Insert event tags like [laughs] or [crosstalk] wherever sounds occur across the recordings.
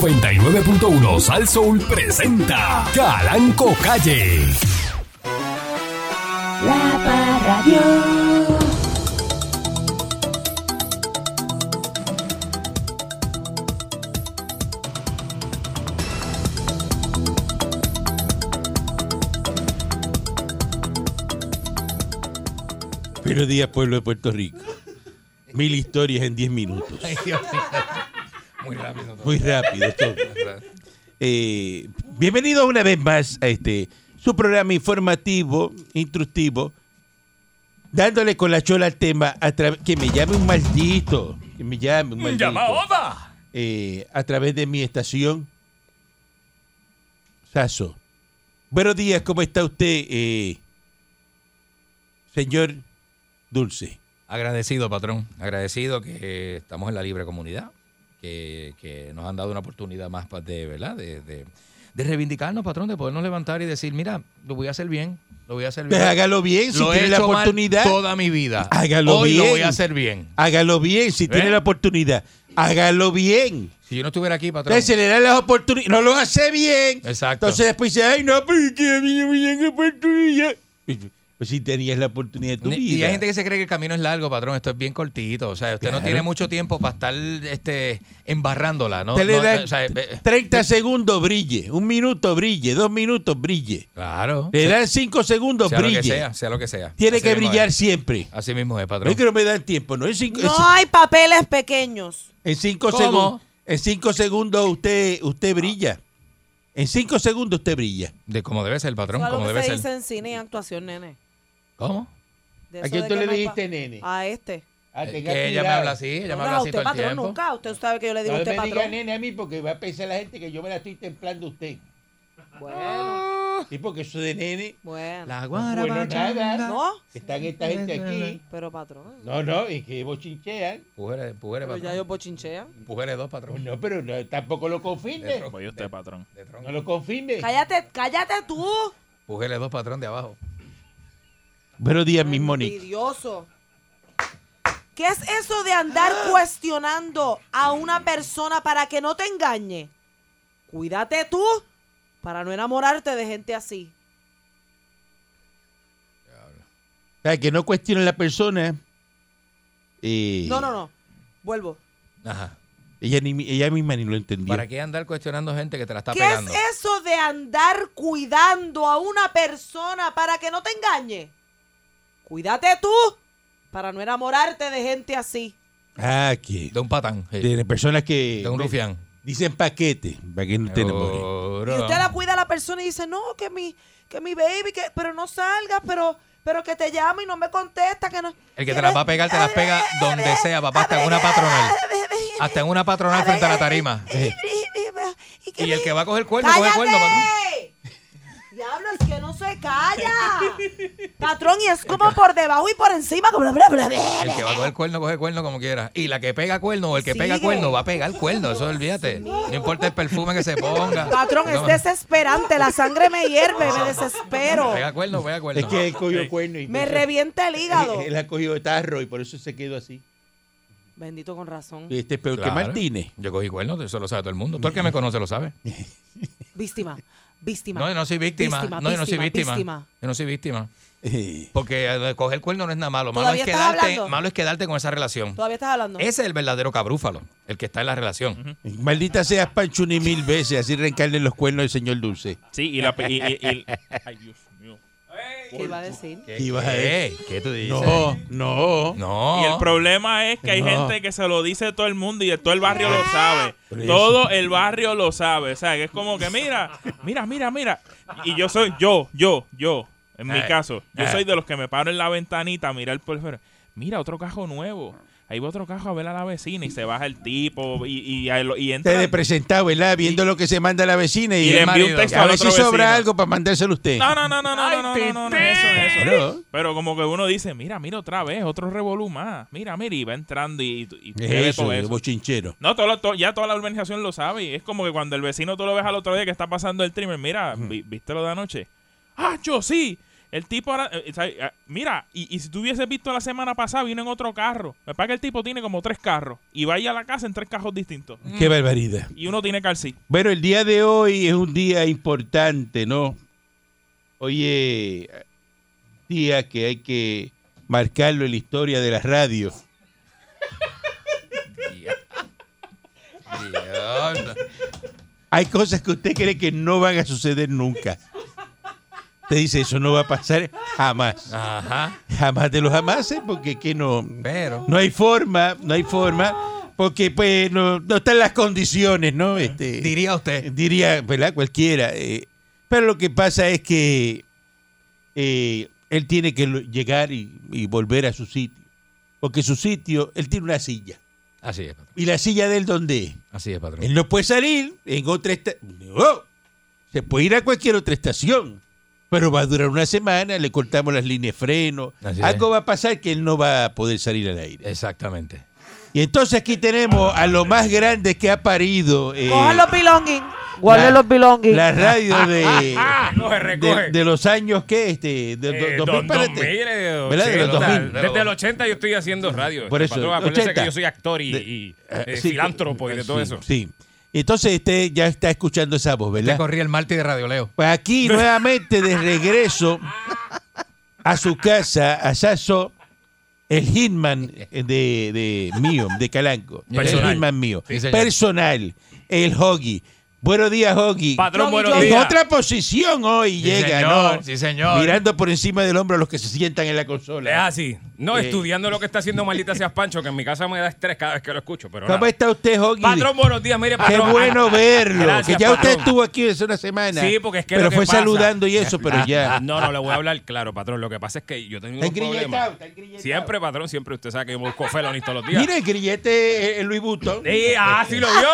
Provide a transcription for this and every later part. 99.1 Sal Soul presenta Calanco Calle. La Parradio. Buenos días, pueblo de Puerto Rico. Mil historias en 10 minutos. Muy rápido. todo. Muy rápido esto. Eh, bienvenidos una vez más a este su programa informativo, instructivo, dándole con la chola al tema a través que me llame un maldito, que me llame un maldito, ¡Llamada! eh, a través de mi estación Saso. Buenos días, cómo está usted, eh, señor Dulce. Agradecido, patrón. Agradecido que estamos en la libre comunidad, que, que nos han dado una oportunidad más pa- de, ¿verdad? De, de- de reivindicarnos, patrón, de podernos levantar y decir, mira, lo voy a hacer bien, lo voy a hacer Pues bien. hágalo bien si lo tiene he la hecho mal oportunidad. toda mi vida. Hágalo Hoy lo bien. voy a hacer bien. Hágalo bien si tiene ¿Eh? la oportunidad. Hágalo bien. Si yo no estuviera aquí, patrón. Entonces se le dan las oportunidades. No lo hace bien. Exacto. Entonces después dice, ay, no, pero es que a mí no me dan la oportunidad. Pues si tenías la oportunidad de tu Ni- vida. Y hay gente que se cree que el camino es largo, patrón. Esto es bien cortito. O sea, usted Claro. no tiene mucho tiempo para estar este, embarrándola, ¿no? Usted le No, dan o sea, eh, 30 segundos, brille. Un minuto, brille. Dos minutos, brille. claro. Le dan cinco segundos, sea lo que brille. sea, sea lo que sea. Tiene Así que mismo brillar es. Ah, siempre. Así mismo es, patrón. No es que no me dan tiempo. No es cinco, es- No hay papeles pequeños. En cinco ¿Cómo? segundos. En cinco segundos usted, usted brilla. En cinco segundos usted brilla. De como debe ser el patrón, Eso es como algo debe que se ser. Eh, dice en cine y actuación, nene. ¿Cómo? De ¿A eso quién de tú que le no hay dijiste, pa- nene? A este. Ah, Es tenga que ella me cuidado. habla así, ella me No, habla a así usted, todo el patrón, tiempo. nunca. Usted sabe que yo le digo a No usted, me diga patrón. nene a mí porque va a pensar la gente que yo me la estoy templando a usted. Bueno, Sí, porque eso de nene. bueno. La guara Bueno, nada. No, Están esta gente aquí. pero patrón. No, no, y que bochinchean. Pujere, pujere, Pero ya patrón. yo bochinchea. Pujere dos, Pues patrón. no, pero no, tampoco lo confirme. Voy usted, patrón. De No tronco. lo confirme. Cállate, cállate tú. Pujere dos, patrón, de abajo. Buenos días, mis Monique. Envidioso. ¿Qué es eso de andar Ah. cuestionando a una persona para que no te engañe? Cuídate tú para no enamorarte de gente así. O sea, que no cuestionen la persona. Eh, No, no, no. Vuelvo. Ajá. Ella, ni- ella misma ni lo entendió. ¿Para qué andar cuestionando gente que te la está ¿Qué pegando? es eso de andar cuidando a una persona para que no te engañe? Cuídate tú para no enamorarte de gente así. Ah, que. De un patán. sí. De personas que. De un rufián. Dicen paquete. Para que no te enamores. Y usted la cuida a la persona y dice, no, que mi, que mi baby, que, pero no salgas, pero, pero que te llama y no me contesta, que no. El que te las va a pegar, te las pega donde sea, papá, hasta en una patronal. [laughs] Hasta en una patronal frente a la tarima. Y el que va a coger cuerno, coge ¡Cállate! cuerno, patrón. Diablo, es que no se calla. Patrón, y es como por debajo y por encima. como bla, bla, bla, bla. El que va a coger cuerno, coge cuerno como quiera. Y la que pega cuerno o el que pega Sigue. cuerno va a pegar cuerno. Eso olvídate. No importa el perfume que se ponga. Patrón, No, es desesperante. La sangre me hierve, me desespero. Pega cuerno, pega cuerno. Es que él cogió cuerno y. Me revienta el hígado. Él ha cogido tarro y por eso se quedó así. Bendito con razón. Este es peor Claro. que Martínez. Yo cogí cuerno, eso lo sabe todo el mundo. Todo el que me conoce lo sabe. Víctima. Víctima. No, yo no soy víctima. no, yo no soy víctima. víctima. Yo no soy víctima. Eh, Porque eh, coger cuerno no es nada malo. Malo es, ¿Todavía estás quedarte, hablando? malo es quedarte con esa relación. Todavía estás hablando. Ese es el verdadero cabrúfalo, el que está en la relación. Maldita seas Pancho ni mil veces, así reencarnen los cuernos del señor Dulce. Sí, y la. Y, y- y- ay, Dios mío. ¿Qué iba a decir? ¿Qué, ¿Qué ibas a qué? ¿Qué tú dices? No, no. No. Y el problema es que hay No. gente que se lo dice a todo el mundo y de todo el barrio lo sabe. Pero Todo el barrio lo sabe. O sea, que es como que mira, mira, mira, mira. Y yo soy, yo, yo, yo, en mi Ay, caso, yo ay. soy de los que me paro en la ventanita a mirar por fuera. Mira, otro cajo nuevo. Ahí va otro cajo a ver a la vecina y se baja el tipo y, y, a lo- y entra. Te de presentado, ¿verdad? Viendo lo que se manda a la vecina y, Y le envío marido. un texto a al ver si otro sobra vecino. Ah, algo para mandárselo a usted. No, no, no, no, no, no, no, no, no, no, eso, eso. Claro. Pero como que uno dice, mira, mira otra vez, otro revolú más. Mira, mira, y va entrando y, y- y te ve Eso, todo de eso. bochinchero. No, todo lo- todo- ya toda la urbanización lo sabe. Y es como que cuando el vecino tú lo ves al otro día que está pasando el trimmer, mira, vi- ¿viste lo de anoche? ¡Ah, yo sí! El tipo ahora, eh, eh, sabe, ah, mira, y, y si tú hubieses visto la semana pasada, vino en otro carro. Me parece que el tipo tiene como tres carros y va a ir a la casa en tres carros distintos. Qué barbaridad. Y uno tiene calcit. Bueno, el día de hoy es un día importante, ¿no? Oye, día que hay que marcarlo en la historia de las radios. Diablo. Hay cosas que usted cree que no van a suceder nunca. Te dice, eso no va a pasar jamás. Ajá. Jamás de los jamases, porque que no, Pero. no hay forma, no hay forma, porque pues no, no están las condiciones, ¿no? Este, Diría usted. diría, ¿verdad? Cualquiera. eh, pero lo que pasa es que eh, él tiene que lo- llegar y, y volver a su sitio. Porque su sitio, él tiene una silla. Así es, patrón. ¿Y la silla de él dónde es? Así es, patrón. Él no puede salir en otra estación. Se puede ir a cualquier otra estación. Pero va a durar una semana, le cortamos las líneas de freno. Así es. Algo va a pasar que él no va a poder salir al aire. Exactamente. Y entonces aquí tenemos a lo más grande que ha parido. eh, Cojan los belongings. Guarden la- los belongings. la radio de, Recoge, recoge. de, de los años que este de Eh, do- 2000, dos- espérate. 2000, eh, ¿Verdad? De los ochenta. 2000. Desde el 80 yo estoy haciendo radio. Por eso, Patrón, acuérdese 80. que yo soy actor y, De- y, Eh, eh, sí, filántropo y de todo sí, eso. Sí. Entonces este ya está escuchando esa voz, Le ¿verdad? corrí el martes de Radio Leo. Pues aquí nuevamente de regreso a su casa, a Sasso, el Hitman de, de mío, de Calanco. Personal. El Hitman mío. Sí, señor. Personal, el Hoggy. Buenos días, Hoggy. Patrón, Yo- buenos yo- En días. otra posición hoy llega, señor, ¿no? sí, señor. Mirando por encima del hombro a los que se sientan en la Es consola. así. No, Eh. estudiando lo que está haciendo Maldita Seas Pancho, que en mi casa me da estrés cada vez que lo escucho. Pero ¿Cómo nada. está usted, Hoggy? Patrón, buenos días. Mire, pues, Qué patrón. [laughs] bueno verlo. Gracias, que ya usted patrón. estuvo aquí hace una semana. Sí, porque es que Pero lo que fue pasa- saludando y eso, pero ya. Ah, No, no, le voy a hablar claro, patrón. Lo que pasa es que yo tengo Está un problema. engrilletado, está engrilletado. Siempre, patrón, siempre. Usted sabe que yo busco felony todos los días. Mira el grillete eh, Luis Button. Sí, ah, sí, lo vio,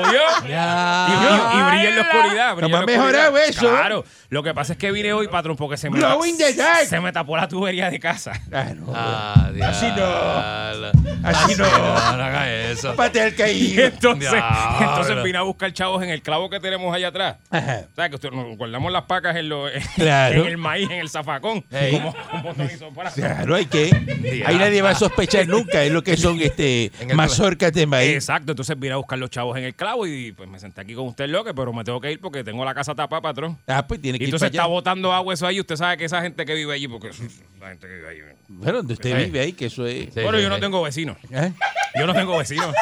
lo vio. Y, y- y brilla en la oscuridad. brilla en la Vamos a mejorar oscuridad. eso. Claro. Lo que pasa es que vine hoy, patrón, porque se me, Glow in the dark. se me tapó la tubería de casa. [laughs] Ah, no. Ah, Así no. diablo. Así no. No, no haga eso. Pate al Y caído. entonces, Diablo. entonces vine a buscar chavos en el clavo que tenemos allá atrás. Ajá. O sea, que usted- nos guardamos las pacas en, lo- en Claro. el maíz, en el zafacón. Ey. Como, como Tony Soprano. Claro, hay que. Ahí nadie va a sospechar nunca. Es lo que son este En el- mazorcas de maíz. Exacto, entonces vine a buscar los chavos en el clavo y pues me senté aquí con usted, loco, pero me tengo que ir porque tengo la casa tapada, patrón. Ah, pues tiene que ir Y entonces para está allá. botando agua eso ahí, usted sabe que esa gente que vive allí, porque eso es la gente que vive allí. Bueno, donde usted Sí. vive ahí, que eso es. Sí, bueno, sí, yo no sí. tengo vecinos. ¿Ah? Yo no tengo vecinos.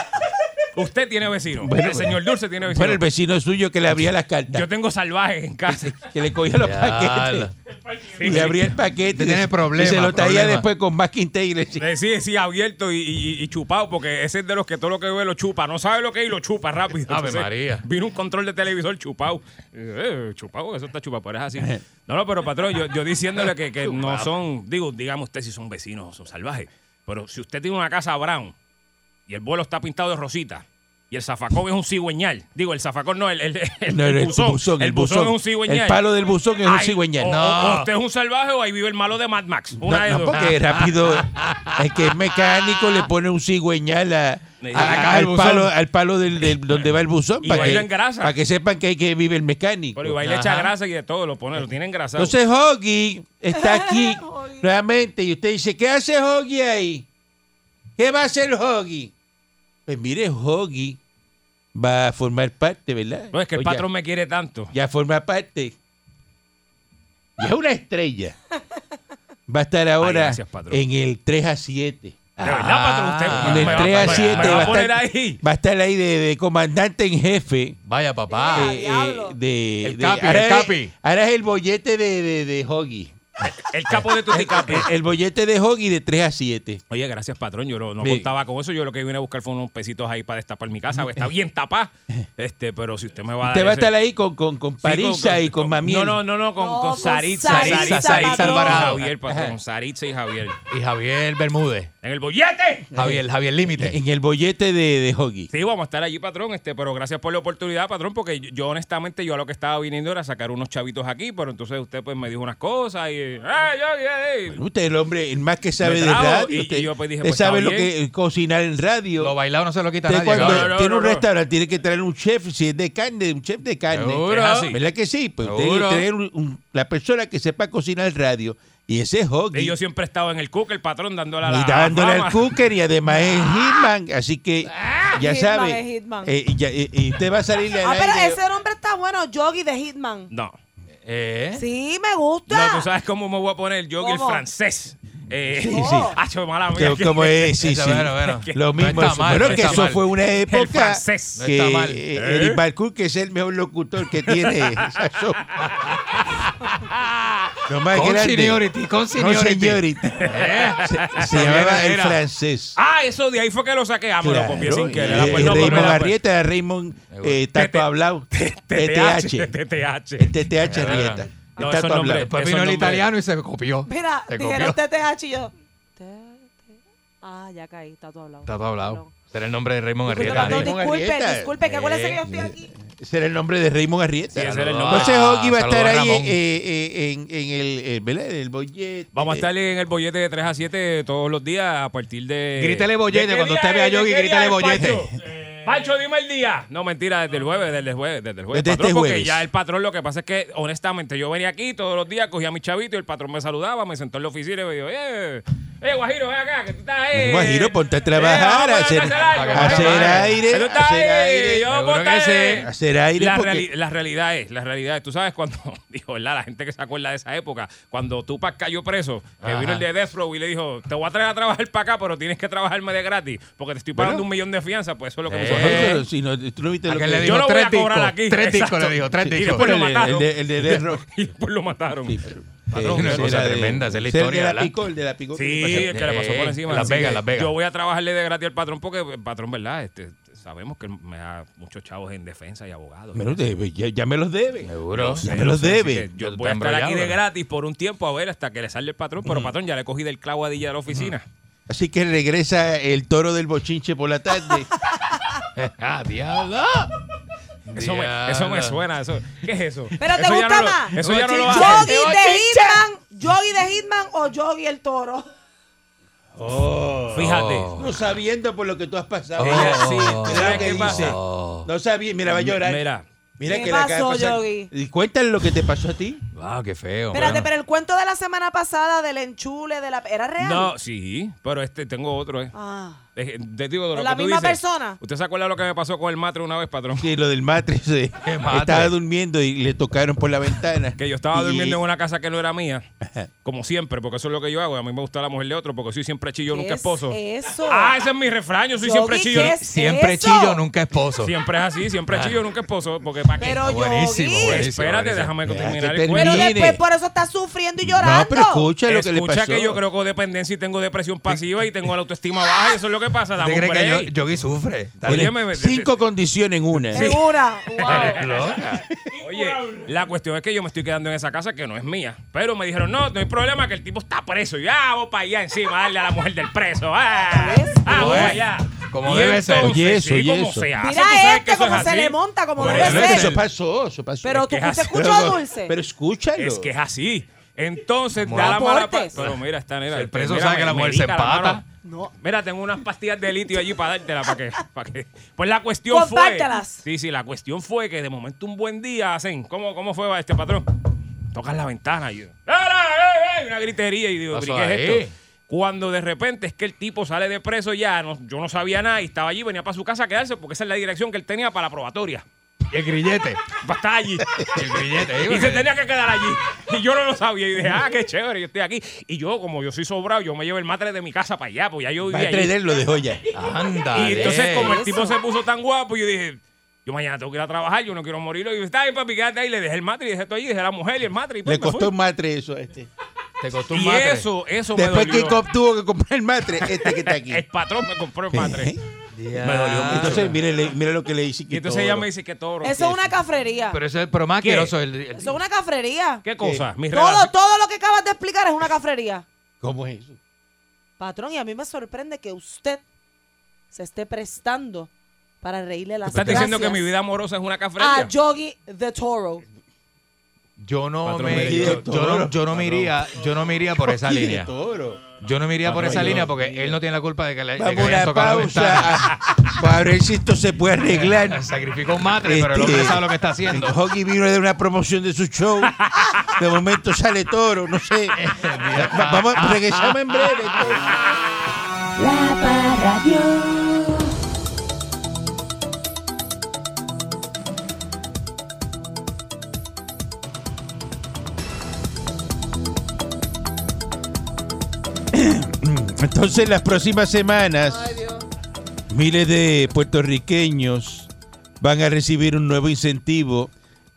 Usted tiene vecinos. Bueno, el señor Dulce tiene vecinos. Bueno, pues, el vecino suyo que le abría las cartas. Yo tengo salvajes en casa. Que le cogía los Diablo. paquetes. Y [laughs] le abría el paquete. Usted tiene y se- problema, Y se lo traía problema. después con más quinta iglesia. [laughs] Eh, Sí, sí, abierto y, y- y chupado, porque ese es de los que todo lo que ve lo chupa. No sabe lo que es y lo chupa rápido. Ave María. Vino un control de televisor chupado. Eh, chupado, eso está chupado, pero es así. No, no, pero patrón, yo, yo diciéndole [laughs] que, que no son, digo, dígame usted si son vecinos o son salvajes, pero si usted tiene una casa brown y el vuelo está pintado de rosita. Y el zafacón es un cigüeñal. Digo, el zafacón no, el, el, el, No, el buzón, el buzón. es un cigüeñal. El palo del buzón es un Ay, oh, cigüeñal. o- No, o- o usted es un salvaje o ahí vive el malo de Mad Max. Una de no, dos. Ah. porque rápido. El que es mecánico le pone un cigüeñal a- a- caja al, del buzón. palo, al palo del, del- donde va el buzón. Y Para que, bailan grasa. pa' que sepan que hay que vive el mecánico. Pero igual le echa grasa y de todo, lo pone, lo tiene engrasado. Entonces Hoggy está aquí nuevamente y usted dice, ¿qué hace Hoggy ahí? ¿Qué va a hacer Hoggy? Pues mire, Hoggy va a formar parte, ¿verdad? no, es que el O ya- patrón me quiere tanto. ya forma parte. Y es una [laughs] estrella. Va a estar ahora gracias, patrón. en el 3 a 7. De verdad, patrón, usted Ah, En me el va- 3 a me va- 7 me va va a poner a estar ahí. va a estar ahí de, de comandante en jefe. Vaya, papá. Ah, eh, eh, diablo. de, El de- Capi, ahora, el es- Capi. ahora es el bollete de, de, de Hoggy. El capo de tu El, el bollete de Hoggy de 3 a 7. Oye, gracias, patrón. Yo no, no Bien. contaba con eso. Yo lo que vine a buscar fue unos pesitos ahí para destapar mi casa. Mm. Está bien [laughs] tapada. Este, pero si usted me va a dar. Usted va a ese- estar ahí con, con, con Sí, con- Parisa con- y con, con- Mamiel. No, no, no, no, con, No, pues. con con Saritza. Saritza, Saritza, patrón. Saritza Ajá. Alvarado. Javier, [laughs] patrón. Saritza y Javier. Y Javier Bermúdez. En el bollete. Javier, Javier Límite. Eh. En el bollete de, de Hoggy. Sí, vamos a estar allí, patrón, este, pero gracias por la oportunidad, patrón, porque yo, yo honestamente yo a lo que estaba viniendo era sacar unos chavitos aquí, pero entonces usted pues me dijo unas cosas y eh, eh, ah, yo, eh, eh. Usted es el hombre el más que sabe Me de trago, y- radio. y Usted, yo, pues, dije, usted pues, sabe está lo bien. que es cocinar en radio. Lo bailado no se lo quita Usted nadie. cuando No, no, tiene no, un no. restaurante tiene que traer un chef, si es de carne, un chef de carne. Seguro. Es así. ¿Verdad que sí? Pues usted Seguro. debe tener un- un- la persona que sepa cocinar en radio. Y ese es Hoggy. Y yo siempre he estado en el cook, el patrón, dándole a la. Y está dándole fama. Ah. al cooker y además es Hitman. Así que ya Ah, Hitman, sabe. es Hitman. eh, y ya- y- y usted va a salir de [laughs] Ah, pero ese nombre está bueno, Yogi de Hitman. No. Eh, Sí, me gusta. No, tú sabes cómo me voy a poner yo que el ¿Cómo? francés. Eh, Sí, [laughs] sí. Hacho, mala mía. que- como es, sí, Eso, sí. bueno, bueno. Lo No mismo. está eso. mal, Bueno, no que está eso mal. fue una época. El francés. No que está mal. eh, Eric Balcour, que es el mejor locutor que tiene esa show. Lo más Con grande. seniority, con seniority. seniority. Se, se llamaba Era, el era. francés. Ah, eso de ahí fue que lo saqué. pues, Ah, me lo Claro, copié sin y- querer. y- Ah, pues y no, pues, Raymond mira, pues. Arrieta, Raymond eh, Tato TT. Hablao, TTH. TTH, el TTH. TTH Arrieta. No, el Tato esos nombres- Hablao. Después Eso vino el nombre- italiano y se copió. Mira, Se dijeron copió. TTH y yo. te- te- Ah, ya caí, está todo hablado. Está todo hablado. Será el nombre de Raymond Disculpe, Arrieta. perdón, Raymond Arrieta. disculpe, disculpe, que acuérdense que yo estoy aquí. Ese era el nombre de Raymond Arrieta. Sí, ese era el nombre. Entonces Ah, Hockey va a saludos estar a ahí Ramón. eh, eh, en, en el, eh, ¿verdad? En el bollete. Vamos a estar en el bollete de 3 a 7 todos los días a partir de. Grítele bollete, ¿De qué cuando día usted vea a es? ¿De Yogi, qué grítele día es, bollete. Pancho? Eh, Pancho, dime el día. No, mentira, desde el jueves, desde el jueves, desde el jueves. Desde patrón, este porque jueves. ya el patrón, lo que pasa es que, honestamente, yo venía aquí todos los días, cogía a mi chavito y el patrón me saludaba, me sentó en la oficina y me dijo, eh, eh, Guajiro, ven acá, que tú estás ahí. Eh, Guajiro, ponte a trabajar, vamos a hacer- hacer algo. hacer aire, Que tú estás hacer ahí, aire. yo Seguro que ponte- sí. Hacer aire la, porque- reali- la realidad es, la realidad es, tú sabes cuando, [laughs] dijo, ¿verdad? La gente que se acuerda de esa época, cuando Tupac cayó preso, que Ajá. vino el de Death Row y le dijo, te voy a traer a trabajar para acá, pero tienes que trabajarme de gratis, porque te estoy pagando Bueno. un millón de fianza, pues eso es lo que Eh, hizo. Ojo, pero si no, tú no viste lo que Aquel le Yo dijo lo voy tres a cobrar discos. aquí. Tres discos Exacto. le dijo, tres Sí, discos. y después lo el, el mataron. de, el de Death Row. [laughs] Y después lo mataron. Sí, Patrón, Eh, una ese cosa era de- tremenda, esa es la ese era historia, El de la ¿verdad? picó, el de la picó. Sí, el que le pasó por Eh, encima. Las Así que Vegas, Las Vegas. Yo voy a trabajarle de gratis al patrón porque el patrón, ¿verdad? Este, sabemos que me da muchos chavos en defensa y abogados. Pero debe, ya, ya me los debe. Seguro. Ya me los Así que debe. Yo Yo voy a te estar aquí de embrollado. gratis por un tiempo a ver hasta que le sale el patrón, Mm. pero patrón ya le cogí del clavo a Dilla de la oficina. Así que regresa el toro del bochinche por la [laughs] tarde. ¡Ah, diablo! Eso, me, eso me suena, eso. ¿Qué [laughs] es eso? Pero te Eso ya gusta no lo- más. Eso ya no lo Bochinche. hace. Yogi de Hitman, Yogi de Hitman o Yogi el toro. Fíjate. No sabiendo por lo que tú has pasado. Ella sí, Oh. ¿tú Mira lo sabes que qué dice. pasa? No sabía. Mira, va a llorar. Mira, Mira ¿Qué que la pasó, acaba de pasar. Yogi? Y cuéntale lo que te pasó a ti. ¡Wow, qué feo! Espérate, mano. pero el cuento de la semana pasada del enchule, de la... ¿Era real? no, sí, pero este tengo otro, eh. Ah. Eh, Te digo de lo ¿Con la que tú misma dices. persona? ¿Usted se acuerda lo que me pasó con el matre una vez, patrón? [laughs] Sí, lo del matres. eh, ¿Qué matre? Estaba durmiendo y le tocaron por la ventana. Que yo estaba Y- durmiendo en una casa que no era mía, [laughs] como siempre, porque eso es lo que yo hago. A mí me gusta la mujer de otro, porque soy siempre chillo, ¿Qué nunca es esposo. eso? Ah, ese es mi refrán, yo soy Yogi, siempre chillo. ¿qué es Siempre eso? chillo, nunca esposo. Siempre es así, siempre chillo, nunca esposo, porque para qué. Pues Pero Buenísimo, Yogi. buenísimo. Espérate, déjame Deja que terminar el termine. Pero cuento. Mire. después por eso está sufriendo y llorando. No, pero escucha lo que le pasó. Escucha que yo creo que dependencia y tengo depresión pasiva y tengo la autoestima baja y eso es lo que pasa. ¿Te Dame un crees que yo, break. Yogi sufre? Está Oye, bien. me- me- Cinco condiciones en una. Segura. Wow. Loca. Oye, la cuestión es que yo me estoy quedando en esa casa que no es mía. Pero me dijeron, no, no hay problema, que el tipo está preso. Y ya, vos para allá encima, darle a la mujer del preso. Ah, ¿Ves? ah, voy Oye, allá. como Y debe ser. entonces, Oye, eso, Ah, sí, oye, como eso. se hace, Mira tú sabes este que eso es cómo se así. le monta, como Por debe eso Pero es que ser. Eso pasó, eso pasó. Pero Es tú que es te así. escuchó dulce. Pero escúchalo. Es que es así. Entonces, Como da la mala pa- aportes. Pero mira, está nena. El este, preso mira, sabe que me- la me mujer se indica la mano. empata. No. Mira, tengo unas pastillas de litio allí para dártela para que, para que. Pues la cuestión Compártelas. fue. Sí, sí, la cuestión fue que de momento un buen día hacen. ¿Cómo, cómo fue este patrón? Tocas la ventana y yo. "¡Ara, eh, eh!", Una gritería y digo, Pasó "¿Pero ¿qué es ahí?". esto? Cuando de repente es que el tipo sale de preso ya, no- yo no sabía nada y estaba allí, venía para su casa a quedarse porque esa es la dirección que él tenía para la probatoria. Y el grillete. Para estar allí. El grillete. Y se tenía que quedar allí. Y yo no lo sabía. Y dije, ah, qué chévere, yo estoy aquí. Y yo, como yo soy sobrado, yo me llevo el matre de mi casa para allá, pues ya yo Va a vivía allí. traer, lo dejó ya. Anda. Y entonces, como el Eso. tipo se puso tan guapo, yo dije, yo mañana tengo que ir a trabajar, yo no quiero morir. Y yo, está bien, papi, quédate ahí. Le dejé el matre, y dejé todo allí, dejé la mujer y el matre. Y, Le pues, me costó fui. un matre eso a este. Te costó un y matre. eso, eso Después me que dolió. Cop tuvo que comprar el matre, este que está [laughs] aquí. ¿Eh? El patrón me compró el matre. Me dolió mucho. Entonces, mire, le- mire lo que le dice. y entonces ella me dice que toro. Eso es una cafrería. Pero eso es pero más Ah. ¿Qué? asqueroso. El, el- Eso es una cafrería. ¿Qué cosa? Mi Todo, relación- todo lo que acabas de explicar es una cafrería. ¿Cómo es eso? Patrón, y a mí me sorprende que usted se esté prestando para reírle las Estás diciendo que gracias mi vida amorosa es una cafrería. a Yogi the Toro. Yo no Patrón, me, mire, yo, yo- yo no, yo no Patrón. me iría, yo no me iría por esa Tiene línea. toro. Yo no me iría por Patrón, esa Dios línea porque él no tiene la culpa de que le, de que le Vamos a hayan una tocado la ventana. pausa para ver si esto se puede [laughs] arreglar. Sacrificó un matre, pero el Este, hombre sabe lo que está haciendo. Hockey vino de una promoción de su show. De momento sale toro, no [laughs] sé. Va- Vamos, regresamos en breve. entonces. La Parradio. Entonces, las próximas semanas, miles de puertorriqueños van a recibir un nuevo incentivo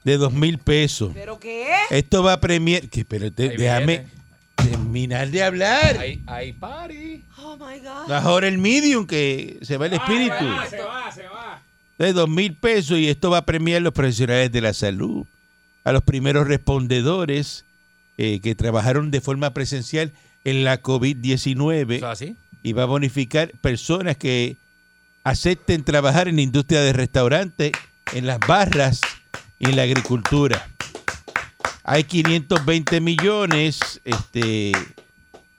de dos mil pesos. ¿Pero qué? Esto va a premiar. Que, pero te- Ahí déjame viene. terminar de hablar. Ahí, ahí, party. Oh my God. Ahora el medium que se va el espíritu. De dos mil pesos y esto va a premiar a los profesionales de la salud, a los primeros respondedores eh, que trabajaron de forma presencial en la COVID-19 Eso es así. y va a bonificar personas que acepten trabajar en la industria de restaurantes, en las barras y en la agricultura. Hay 520 millones, este,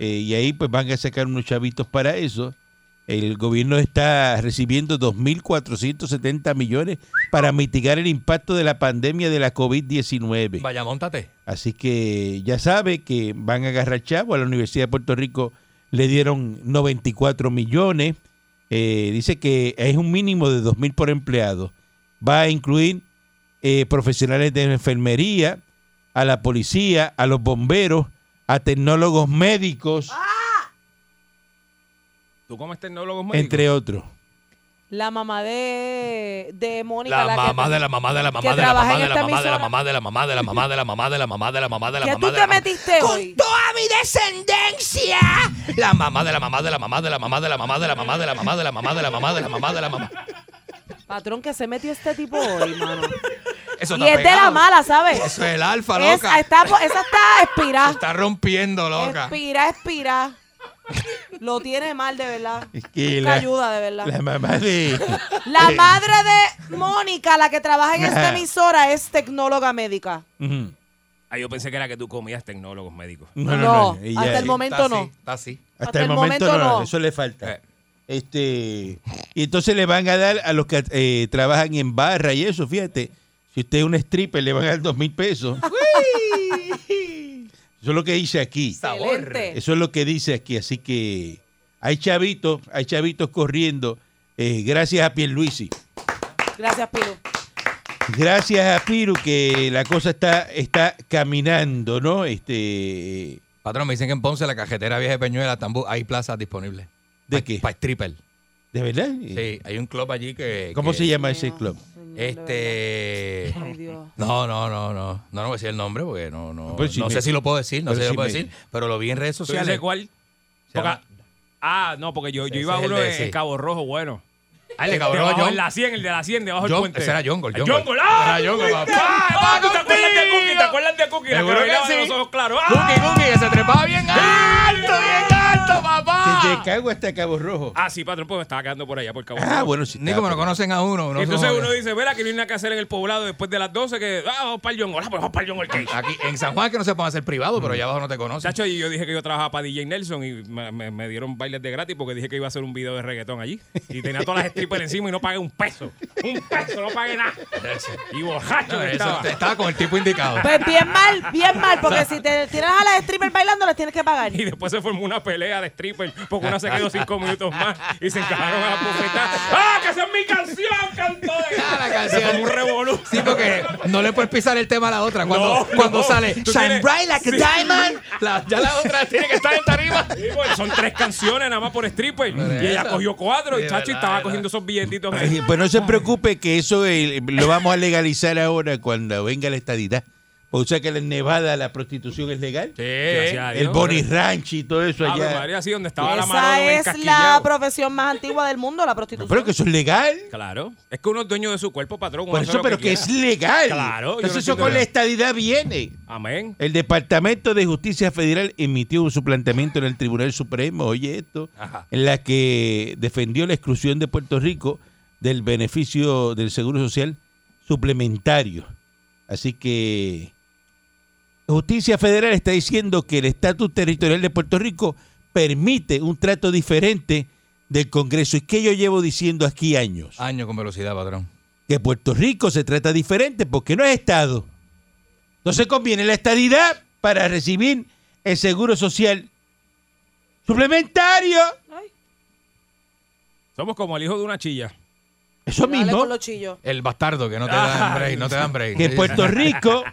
eh, y ahí pues van a sacar unos chavitos para eso. El gobierno está recibiendo 2.470 millones para mitigar el impacto de la pandemia de la COVID-19. Vaya, montate. Así que ya sabe que van a agarrar chavo. A la Universidad de Puerto Rico le dieron 94 millones. Eh, dice que es un mínimo de 2 mil por empleado. Va a incluir eh, profesionales de enfermería, a la policía, a los bomberos, a tecnólogos médicos, ¿Tú comes tecnólogos médicos? entre otros. La mamá de, de Mónica. La que- mamá de la mamá de la que mamá de la trabaja mamá en de la esta mamá de la emisora. mamá de la mamá de la mamá de la mamá de la mamá de la mamá de la mamá de la ¿Qué mamá tú de la te mamá. metiste hoy? Con toda mi descendencia. La mamá de la mamá de la mamá de la mamá de la mamá de la mamá de la mamá de la mamá de la mamá de la mamá de la mamá. Patrón, que se metió este tipo hoy, mano. Eso Y está es de la pegado. mala, ¿sabes? Eso es el alfa, Es- loca. está, esa está [laughs] espirá. Está rompiendo, loca. Espira, espira. Lo tiene mal, de verdad. Es que Busca la- ayuda, de verdad. La mamá de... La madre de Mónica, la que trabaja en esta Ajá. emisora, es tecnóloga médica. Ujú. Ah, yo pensé que era que tú comías tecnólogos médicos. No, No, ella- hasta el sí. momento Está no. así, Está así. Hasta, el, momento, no, eso le falta. Eh. Este, y entonces le van a dar a los que eh, trabajan en barra y eso, fíjate. Si usted es un stripper, le van a dar dos mil [laughs] pesos. eso es lo que dice aquí. Excelente. Eso es lo que dice aquí. Así que hay chavitos, hay chavitos corriendo. eh, gracias a Pierluisi. Gracias, Piru. Gracias a Piru que la cosa está, está caminando, ¿no? Este, Patrón, me dicen que en Ponce la cajetera vieja de Peñuela, Tambú, hay plazas disponibles. ¿De qué? Para stripper. ¿De verdad? Sí, hay un club allí que... ¿Cómo que- se llama ese club? Señor, de Este... verdad. Ay, Dios. No, no, no, no. No, no voy a decir el nombre porque no, no. pues Pero si no me- sé si lo puedo decir, no pero sé si si lo puedo me- decir, pero lo vi en redes ¿Tú dices sociales. cuál? Se llama- Porque- ah, no, porque yo, yo Ese iba a es el uno de- en sí. Cabo Rojo, bueno. Ah, el de Cabo Rojo, Debajo John. en la 100, el de la 100, debajo del John- puente. ese era Jungle, Ah, Jungle. Jungle. ¡Ah! Era Jungle, papá. ¡Ah! ¿Tú te acuerdas de Cookie? ¿Te acuerdas de Cookie? La que Seguro que bailaba sí. de los ojos claros. ¡Ah! Cookie, Cookie, que se trepaba bien alto, bien alto, Desde papá. Cago hasta Cabo Rojo. Ah, sí, patrón, pues me estaba quedando por allá, por Cabo Ah, Rojo. bueno, sí. Ni como no conocen a uno. no Entonces somos- uno dice, verá que no hay nada que hacer en el poblado después de las 12, que ah, vamos para el Jungle. Ah, pues vamos para el Jungle Cage. Aquí en San Juan que no se pueden hacer privado, Mm. pero allá abajo no te conocen. Chacho, y yo dije que yo trabajaba para DJ Nelson y me, me- me dieron bailes de gratis porque dije que iba a hacer un video de reggaetón allí. Y tenía todas las strippers encima y no pagué un peso. Un peso, no [laughs] pagué nada. Y borracho No, que eso- estaba. estaba con el tipo indicado. Pues bien mal, bien mal, porque si te tiras a las strippers bailando, las tienes que pagar. Y después se formó una pelea de strippers porque una se quedó cinco minutos más y se encajaron a la bofetada. ¡Ah, que esa es mi canción, canto de Ah, la canción. Se formó un revolú. Sí, porque no le puedes pisar el tema a la otra. Cuando, No, no. cuando sale Tú Shine tienes- Bright Like Sí. a Diamond, la- ya la otra tiene que estar en tarima. Sí, pues, son tres canciones nada más por stripper. eh, Y ella cogió cuatro y Sí, Chacho y verdad, estaba verdad. cogiendo esos billetitos. Ay, Pues no se preocupe que eso eh, lo vamos a legalizar ahora cuando venga la estadidad. Porque usted que en Nevada la prostitución es legal. Gracias a El Dios. Bonnie Ranch y todo eso Ave allá. María, sí, donde estaba la Esa Manolo es la encasquillado. profesión más antigua del mundo, la prostitución. Pero que eso es legal. Claro. Es que uno es dueño de su cuerpo, patrón. uno Por hace eso, lo pero que quiera. es legal. Claro, yo Entonces eso no entiendo con la nada. estadidad viene. Amén. El Departamento de Justicia Federal emitió su planteamiento en el Tribunal Supremo, oye esto, Ajá. en la que defendió la exclusión de Puerto Rico del beneficio del Seguro Social suplementario. Así que Justicia Federal está diciendo que el estatus territorial de Puerto Rico permite un trato diferente del Congreso. ¿Y que yo llevo diciendo aquí años? Año con velocidad, patrón. Que Puerto Rico se trata diferente porque no es Estado. No se conviene la estadidad para recibir el seguro social suplementario. Somos como el hijo de una chilla. Eso Dale mismo. con los chillos. El bastardo que no te dan break, no te dan break. que en Puerto Rico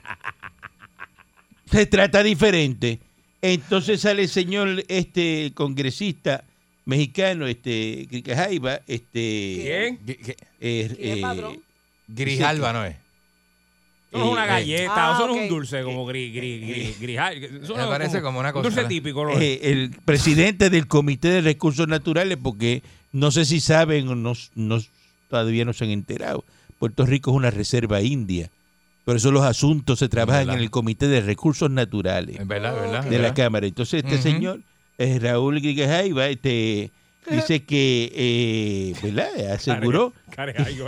se trata diferente. Entonces sale el señor este congresista mexicano, este Cricajaiba, este ¿Quién? Gri- Gri- eh, ¿Quién, eh, patrón? Grijalva no es. Eso no es una Eh, galleta, Ah, eso no ok. es un dulce como gris, gris, gris, gris. Me parece como una cosa, dulce ¿no? típico, ¿no? eh, el presidente del Comité de Recursos Naturales, porque no sé si saben o no, no- todavía no se han enterado. Puerto Rico es una reserva india. Por eso los asuntos se trabajan ¿Verdad? en el Comité de Recursos Naturales. Es verdad, es verdad. de la ¿verdad? Cámara. Entonces, este Ujú. señor, eh, Raúl Grigajaiba, este dice que eh, ¿verdad? aseguró Care- ¿eh? care- ay, yo-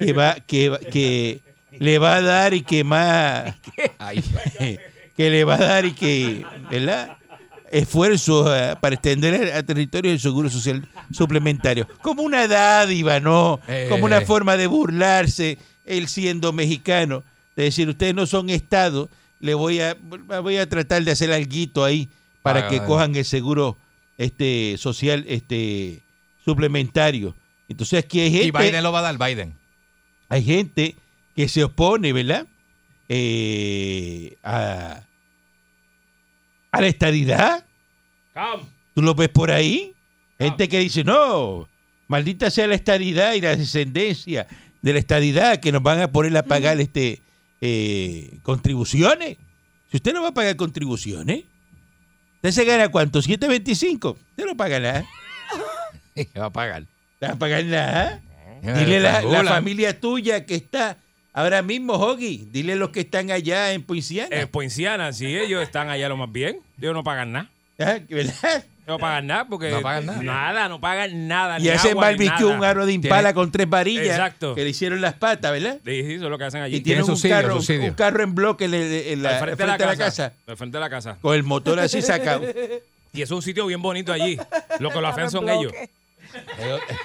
que va, que va- que le va a dar y que más Ay, que le va a dar y que, ¿verdad? Esfuerzos eh, para extender a territorio el seguro social suplementario. Como una dádiva, ¿no? Eh. Como una forma de burlarse, él siendo mexicano. De decir, ustedes no son Estado, le voy a, voy a tratar de hacer alguito ahí para Ah, que ah. cojan el seguro este social este suplementario. Entonces aquí hay gente... Y Biden lo va a dar, Biden. Hay gente que se opone, ¿verdad? Eh, a, a la estadidad. Cam. ¿Tú lo ves por ahí? Gente que dice, no, maldita sea la estadidad y la descendencia de la estadidad que nos van a poner a pagar este eh, contribuciones. Si usted no va a pagar contribuciones, ¿usted se gana cuánto? ¿7.25? Usted no paga nada. Va a pagar. No va a pagar nada. ¿eh? Dile la, la Estrangulan. familia tuya que está ahora mismo, Hoggy. Dile los que están allá en Poinciana. Eh, Poinciana, si ellos están allá lo más bien, ellos no pagan nada. Ah, [laughs] ¿Verdad? No pagan nada porque. No pagan nada. no pagan nada. Y ni hacen agua, ni barbecue nada. un aro de impala Tiene- con tres varillas Exacto. que le hicieron las patas, ¿verdad? Sí, sí, eso es lo que hacen allí. Y tienen un, subsidio, carro, subsidio. un carro en bloque en, el- en la, al frente, de la, frente casa, a la casa Al frente de la casa. con el motor así [laughs] sacado. Y es un sitio bien bonito allí. Lo que lo hacen son Bloque. ellos.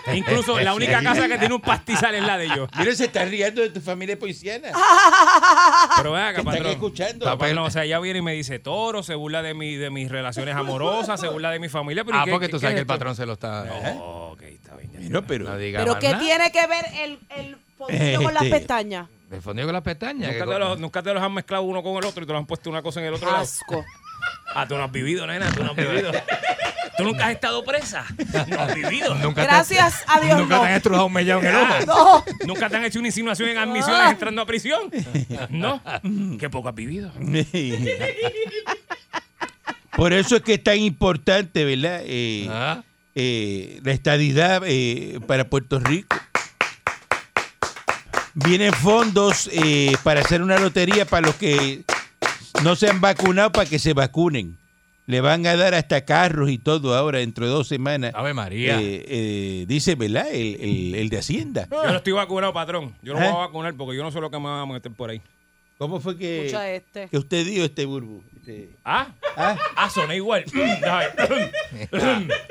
E Incluso la única casa que tiene un pastizal es la de ellos. Mira, se está riendo de tu familia poiciana. Pero ven acá, Están Ah, patrón. escuchando. No, patrón, o sea, ella viene y me dice toro, se burla de, mi, de mis relaciones amorosas, se burla de mi familia. Pero ¿y Ah, qué- porque qué- tú qué sabes es que el esto? patrón se lo está. No, ok, está bien. ya. Mira, pero No diga Pero más ¿qué nada. tiene que ver el, el fondillo con las Este. pestañas? El fondido con las pestañas. Nunca que te, co- los, nunca te los han mezclado uno con el otro y te los han puesto una cosa en el otro lado. Asco. Ah, tú no has vivido, nena, tú no has vivido. Tú nunca has estado presa. No has vivido. Nunca te- Gracias a Dios Nunca no. te han estrujado un mellado en el ojo. No. Nunca te han hecho una insinuación en admisiones entrando a prisión. No. Qué poco has vivido. [laughs] Por eso es que es tan importante, ¿verdad? Eh, Ah, eh, la estadidad eh, para Puerto Rico. Vienen fondos eh, para hacer una lotería para los que no se han vacunado, para que se vacunen. Le van a dar hasta carros y todo ahora, dentro de dos semanas. Ave María. Eh, eh, dice, ¿verdad? El, el- el de Hacienda. Yo no estoy vacunado, patrón. Yo no me ¿Eh? voy a vacunar porque yo no sé lo que me van a meter por ahí. ¿Cómo fue Escucha que, este. que usted dio este burbu? Este, ¿Ah? ah, Ah, soné igual. [clears throat] Déjame. [clears throat]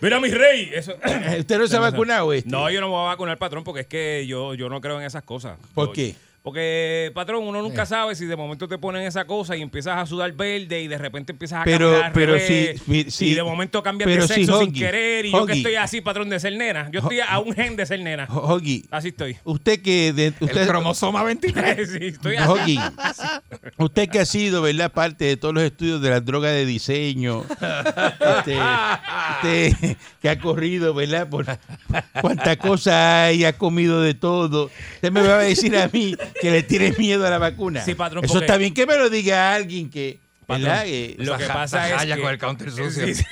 Mira, mi rey. Eso. [clears throat] [laughs] ¿Usted no se ha vacunado? Este? No, yo no me voy a vacunar, patrón, porque es que yo, yo no creo en esas cosas. ¿Por Yo- qué? Porque, patrón, uno nunca sabe si de momento te ponen esa cosa y empiezas a sudar verde y de repente empiezas a Pero- caminar al pero revés, si- mi- si- y de momento cambias pero de si, sexo sin Hoggy, querer y yo que Hoggy. estoy así, patrón, de ser nena. Yo estoy a un gen de ser nena. Hoggy, Así estoy. [laughs] usted que... de- El usted, cromosoma 23. Sí, estoy así. [laughs] Joaquín, usted que ha sido, ¿verdad?, parte de todos los estudios de la droga de diseño, este, este, que ha corrido, ¿verdad?, por cuánta cosa hay, ha comido de todo. Usted me va a decir a mí que le tiene miedo a la vacuna. Sí, patrón, Eso porque- está bien que me lo diga alguien que, Patrón, ¿verdad?, Eh, Lo que pasa es Jaya que- con el counter sucio. Sí, sí.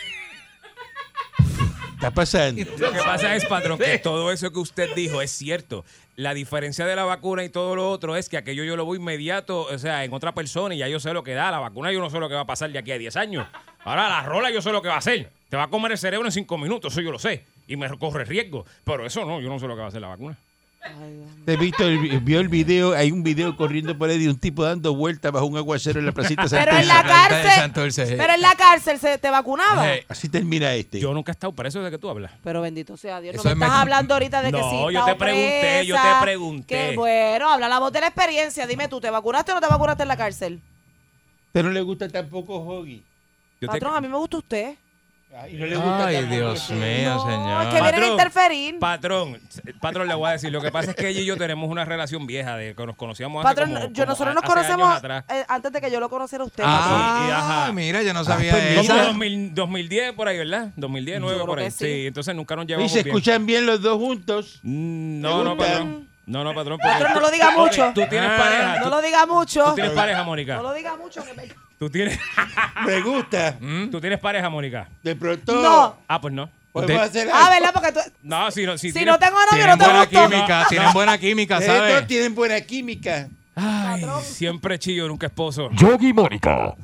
está pasando. Lo que pasa es, patrón, que todo eso que usted dijo es cierto. La diferencia de la vacuna y todo lo otro es que aquello yo lo voy inmediato, o sea, en otra persona y ya yo sé lo que da. La vacuna yo no sé lo que va a pasar de aquí a 10 años. Ahora la rola yo sé lo que va a hacer. Te va a comer el cerebro en 5 minutos, eso yo lo sé. Y me corre riesgo. Pero eso no, yo no sé lo que va a hacer la vacuna. Ay, Dios mío. Te he visto el- vio el video, hay un video corriendo por ahí de un tipo dando vueltas bajo un aguacero en la placita de Pero en la Santurce. cárcel. Santurce, sí. Pero en la cárcel se te vacunaba. Eh, Así termina este. Yo nunca he estado preso desde que tú hablas. Pero bendito sea Dios. No Eso me es estás mejor. hablando ahorita de que No, sí. yo estaba te pregunté, yo te presa, pregunté. Que bueno, habla la voz de la experiencia. Dime tú, ¿te vacunaste o no te vacunaste en la cárcel? Pero no le gusta tampoco Hoggy. Yo te- Patrón, a mí me gusta usted. Ay, no le gusta Ay, tampoco. este. Dios mío, No, señor. es que vienen a Patrón, interferir. Patrón, patrón, le voy a decir. Lo que pasa es que ella y yo tenemos una relación vieja de que nos conocíamos hace Patrón, como- yo, como nosotros a- nos hace años conocemos atrás. eh, antes de que yo lo conociera a usted. patrón. sí, y Ah, ajá. mira, yo no sabía pues, eso. Como Esa- 2000 2010 por ahí, ¿verdad? 2010, 9 creo por ahí. que Sí. sí. entonces nunca nos Y llevamos se bien. escuchan bien los dos juntos. Mm, No, no, ¿Te gusta? patrón. No, no, patrón. porque- Patrón, no lo diga Ok, mucho. Tú Ah. tienes pareja. No tú- lo diga Tú mucho. tienes pareja, Mónica. No lo diga mucho. que me- Tú tienes, [laughs] Me gusta. ¿Mm? tú tienes pareja, Mónica. De pronto. No. Ah, pues no. Podemos hacer Ah, algo. ¿verdad? Porque tú... No, si no, si, Si tienes- no tengo novio, Tienen no te buena gusto. química, tienen buena química, Ustedes dos ¿sabes? tienen buena química. Ay, siempre chillo, nunca esposo. Yogi Mónica.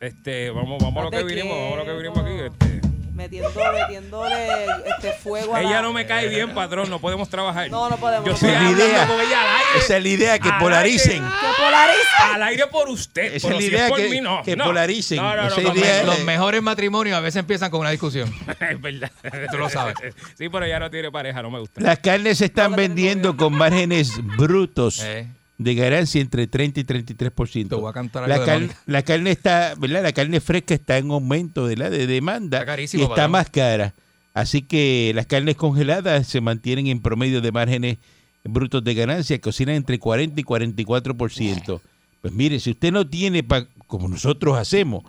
Este, vamos, vamos a lo que Estate vinimos, vamos a lo que vinimos aquí. quieto. este. Metiendo, metiéndole este fuego a la- Ella no me cae bien, patrón, no podemos trabajar. No, no podemos, Yo no estoy podemos. Esa hablando es la idea. con ella al aire. Esa es la idea, que Ah, Al aire. polaricen. Que polariza. Al aire por usted. Esa pero es la si idea por que- mí, no. que No. polaricen. No, no, no, Esa no, idea no, es- no. Los mejores matrimonios a veces empiezan con una discusión. Es verdad. Tú lo sabes. Sí, pero ella no tiene pareja, no me gusta. Las carnes se están vendiendo con márgenes brutos Eh. de ganancia entre 30 y 33%. Te voy a cantar la, algo de car- Mónica. la carne está, ¿verdad? La carne fresca está en aumento de la de demanda Está y carísimo, está patrón. más cara. Así que las carnes congeladas se mantienen en promedio de márgenes brutos de ganancia, cocinan entre 40 y 44%. Pues mire, si usted no tiene, pa- como nosotros hacemos,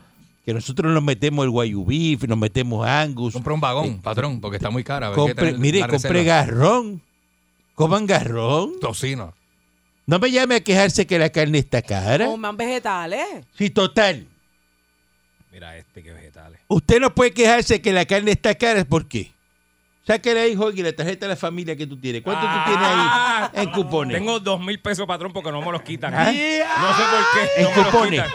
que nosotros nos metemos el guayubif, nos metemos angus, Compré un vagón, patrón, porque está muy cara. a ver qué Compre- tal mire, la compre reserva. garrón. Coman garrón. Tocino. No me llame a quejarse que la carne está cara. Coman vegetales. Sí, total. Mira este, que vegetales. Usted no puede quejarse que la carne está cara. ¿Por qué? Sáquele ahí, Jorge, la tarjeta de la familia que tú tienes. ¿Cuánto tú tienes Ah, ahí en cupones? Tengo dos mil pesos, patrón, porque no me los quitan. ¿Ah? No sé por qué. En No me los cupones. quitan.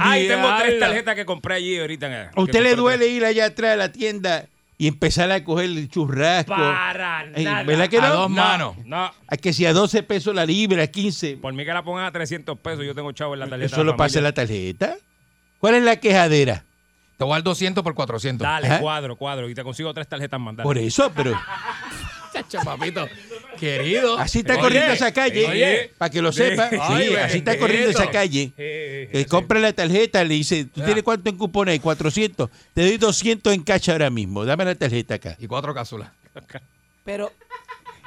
Ay, tengo tres Diabla. tarjetas que compré allí ahorita. ¿A usted Que le compré duele ir allá atrás a la tienda y empezar a coger el churrasco? Para Eh, nada. ¿Verdad que A no? dos No. manos. tres. No, A que si a 12 pesos la libra, 15. por mí que la pongan a 300 pesos, yo tengo chavo en la tarjeta. Eso lo pasa en la tarjeta. ¿Cuál es la quejadera? Te voy a dar 200 por 400. Dale, Ajá. cuadro, cuadro. Y te consigo tres tarjetas más. dale. ¿Eh? Por eso, pero... Chacho, papito. Querido. Así está Oye, corriendo esa calle, oye. para que lo Sí. sepa. Sí, Ay, güey, así está qué corriendo eso. esa calle. Eh, eh, Que eh, compra la tarjeta, le dice, ¿tú tienes cuánto en cupones? 400. Te doy 200 en cacha ahora mismo. Dame la tarjeta acá. Y cuatro cápsulas. Pero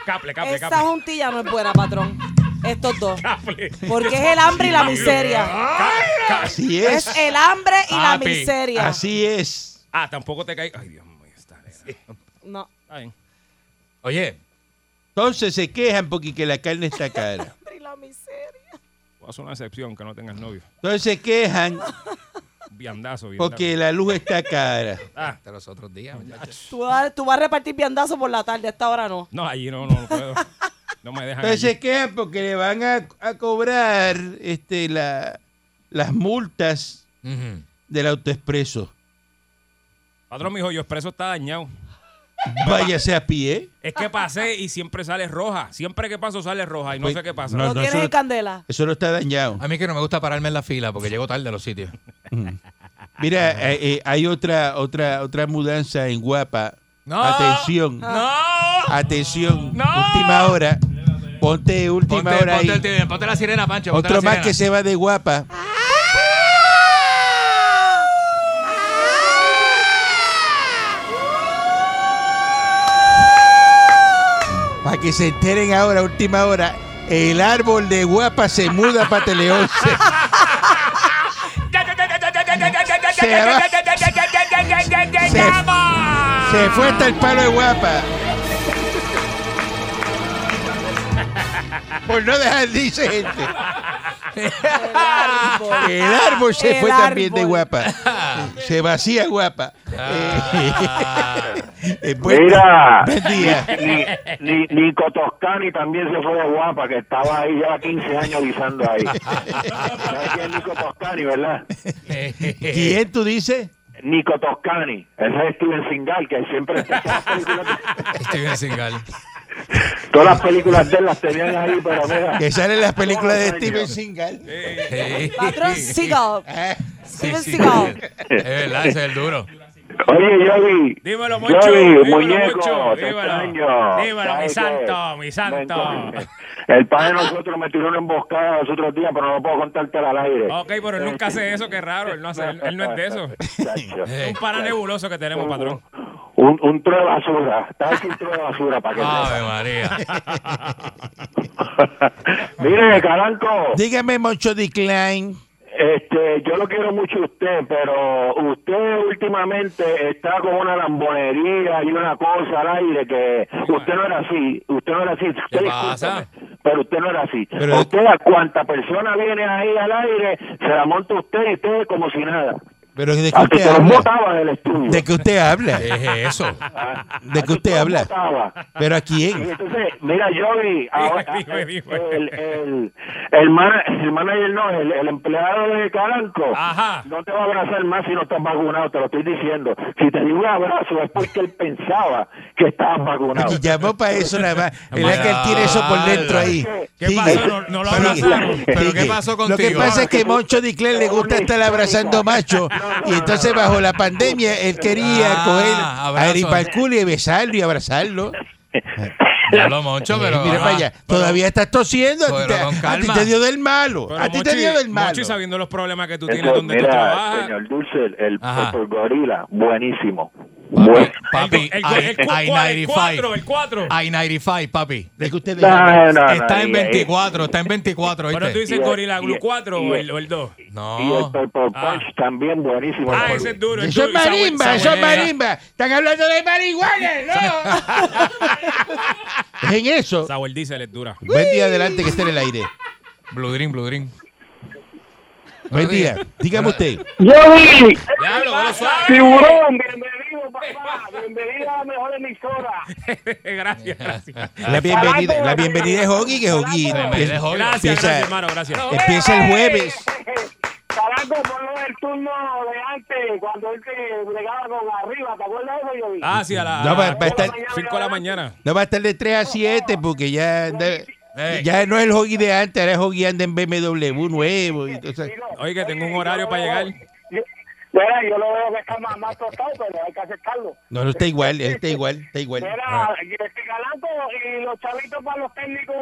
Caple, caple, esa caple. juntilla no es buena, patrón. Estos dos. Caple. Porque es el hambre y la miseria. Así es. Es el hambre y la Papi, miseria. Así es. Ah, tampoco te caí. Ay, Dios mío, está bien. No. Está bien. Oye, Entonces se quejan porque que la carne está cara. Hambre y la miseria. Voy a hacer una excepción que no tengas novio. Entonces se quejan Viandazo, viandazo. porque la luz está cara. Ah, hasta los otros días, muchachos. Tú, vas- tú vas a repartir viandazo por la tarde, a esta hora no. no, allí no, no, no puedo. No me dejan. Entonces allí. se quejan porque le van a, a cobrar este, la, las multas Ujú. del autoexpreso. Patrón, mi yo expreso está dañado. Váyase a pie. Es que pasé y siempre sale roja. Siempre que paso sale roja y no Pues, sé [laughs] qué pasa. No, No, no, tienes eso no- [laughs] en candela. Eso no está dañado. A mí que no me gusta pararme en la fila porque llego tarde a los sitios. Mira, eh, eh, hay otra otra otra mudanza en Guapa. No. Atención. Atención. Última hora. Ponte última Ponte, hora ponte, el ahí. TV, ponte la sirena, Pancho. ponte Otro la más sirena. que se va de Guapa. Para que se enteren ahora, última hora, el árbol de Guapa se muda para Tele 11. Se va. Se, se fue hasta el palo de guapa. Por no dejar, dice gente. El árbol. El árbol se El fue también de árbol. [laughs] guapa. Se vacía guapa. Ah. Eh, [laughs] eh, buen- [laughs] Mira. Buen día. [laughs] Ni, ni, Nico Toscani también se fue de guapa, que estaba ahí ya 15 años guisando ahí. ¿Sabes quién es Nico Toscani, verdad? ¿Quién tú dices? Nico Toscani. Ese es Steven Singal, que siempre está en las películas de- Steven Seagal. Todas las películas de él las tenían ahí, pero mira. Que salen las películas de Coño. Steven Seagal. eh. Patrón Seagal. Ah, Steven Seagal. Es verdad, ese es el duro. Oye, Jovi. Dímelo, Moncho, Jovi, dímelo, muñeco. Moncho, te dímelo. extraño. Dímelo, mi Sabes santo, que mi santo. me encanta. El padre de nosotros me tiró una emboscada los otros días, pero no puedo contártela al aire. Ok, pero él nunca hace eso, qué raro. Él no, hace, él, él no es de eso. [laughs] Chacho. Un pana nebuloso que tenemos, patrón. Un, un tro de basura. Está aquí un tro de basura para que Ave María. sepa. [laughs] Mire, Caranco. Dígame, Moncho Decline. Este, yo lo quiero mucho a usted, pero usted últimamente está con una lambonería y una cosa al aire que usted no era así, usted no era así. Usted, ¿Qué discúlpeme, pasa? Pero usted no era así. Pero- usted a cuanta persona viene ahí al aire, se la monta usted y usted como si nada. Pero de que A Ah, que usted se los habla. botaba del estudio. De que usted habla. Eh, ¿Qué es eso? Ah, de a que se usted los habla. botaba. Pero a Y quién? entonces, mira, Johnny, [laughs] ahora, eh, dime, dime. el, el, el, mana- el manager no, el, el empleado de Caranco, Ajá. no te va a abrazar más si no estás vacunado, te lo estoy diciendo. Si te dio un abrazo es porque él pensaba que estabas vacunado. Y [laughs] llamó para eso nada más. ¿Verdad que él tiene eso por dentro ahí? ¿Qué Sigue. pasó? ¿No- no lo Sigue. abrazaron? ¿Pero qué Sigue. pasó Lo que contigo? pasa es que Moncho Dicler le gusta estar abrazando macho. Y entonces, bajo la pandemia, él quería Ah, coger a abrazo. Eric Balculi y besarlo y abrazarlo. Ya lo moncho, Eh, pero. mira para allá. Todavía estás tosiendo. A ti pero te, con a ti calma. te dio del malo. Pero A ti te Monchi- dio del malo. Monchi, sabiendo los problemas que tú tienes Entonces, donde tú mira, trabajas. señor Dulce, el, el, Ajá. Purple Gorila, buenísimo. Papi, Bueno. papi, el, I- el, el, el, el, cuatro, el I-95. cuatro. I-95, papi. De que ustedes No, no, no, Está en y- y- 24, está en 24, Pero tú ¿oíste? dices Y- Gorilla y- Glue 4 y- o el, o el 2. Y el No. Purple Ah. Punch también buenísimo. Ah, ese es duro. el Eso es duro, esa bue- marimba, esa eso es buena. marimba. Están hablando de marihuana, ¿no? Es en eso. Esa diesel es dura. Buen día adelante que esté en el aire. Blue Dream, Blue Dream. Buen día. Dígame usted. ¡Yogi! Ya hablo, hablo suave. ¡Tiburón! Bienvenido, papá. Bienvenido a la mejor emisora. [laughs] [laughs] gracias, gracias. La bienvenida, la bienvenida es Hoggy, que Hoggy Me empieza, dejó. Gracias, Empieza- gracias, hermano, gracias. empieza el jueves. Caraco, ponlo el turno de antes, cuando él se bregaba con arriba, ¿te acuerdas de eso, Yogi? Ah, sí, a las No, va- va a estar- 5 de la mañana. No va a estar de 3 a 7 porque ya, anda- Ey. ya no es el Hoggy de antes, ahora el Hoggy anda en BMW nuevo. Y entonces, Oiga, tengo un horario para llegar. Yo- Mira, yo lo veo que está más, más tostado, pero hay que aceptarlo. no, ah. no está igual, él está igual, está igual. Mira, este Caraco y los chavitos para los técnicos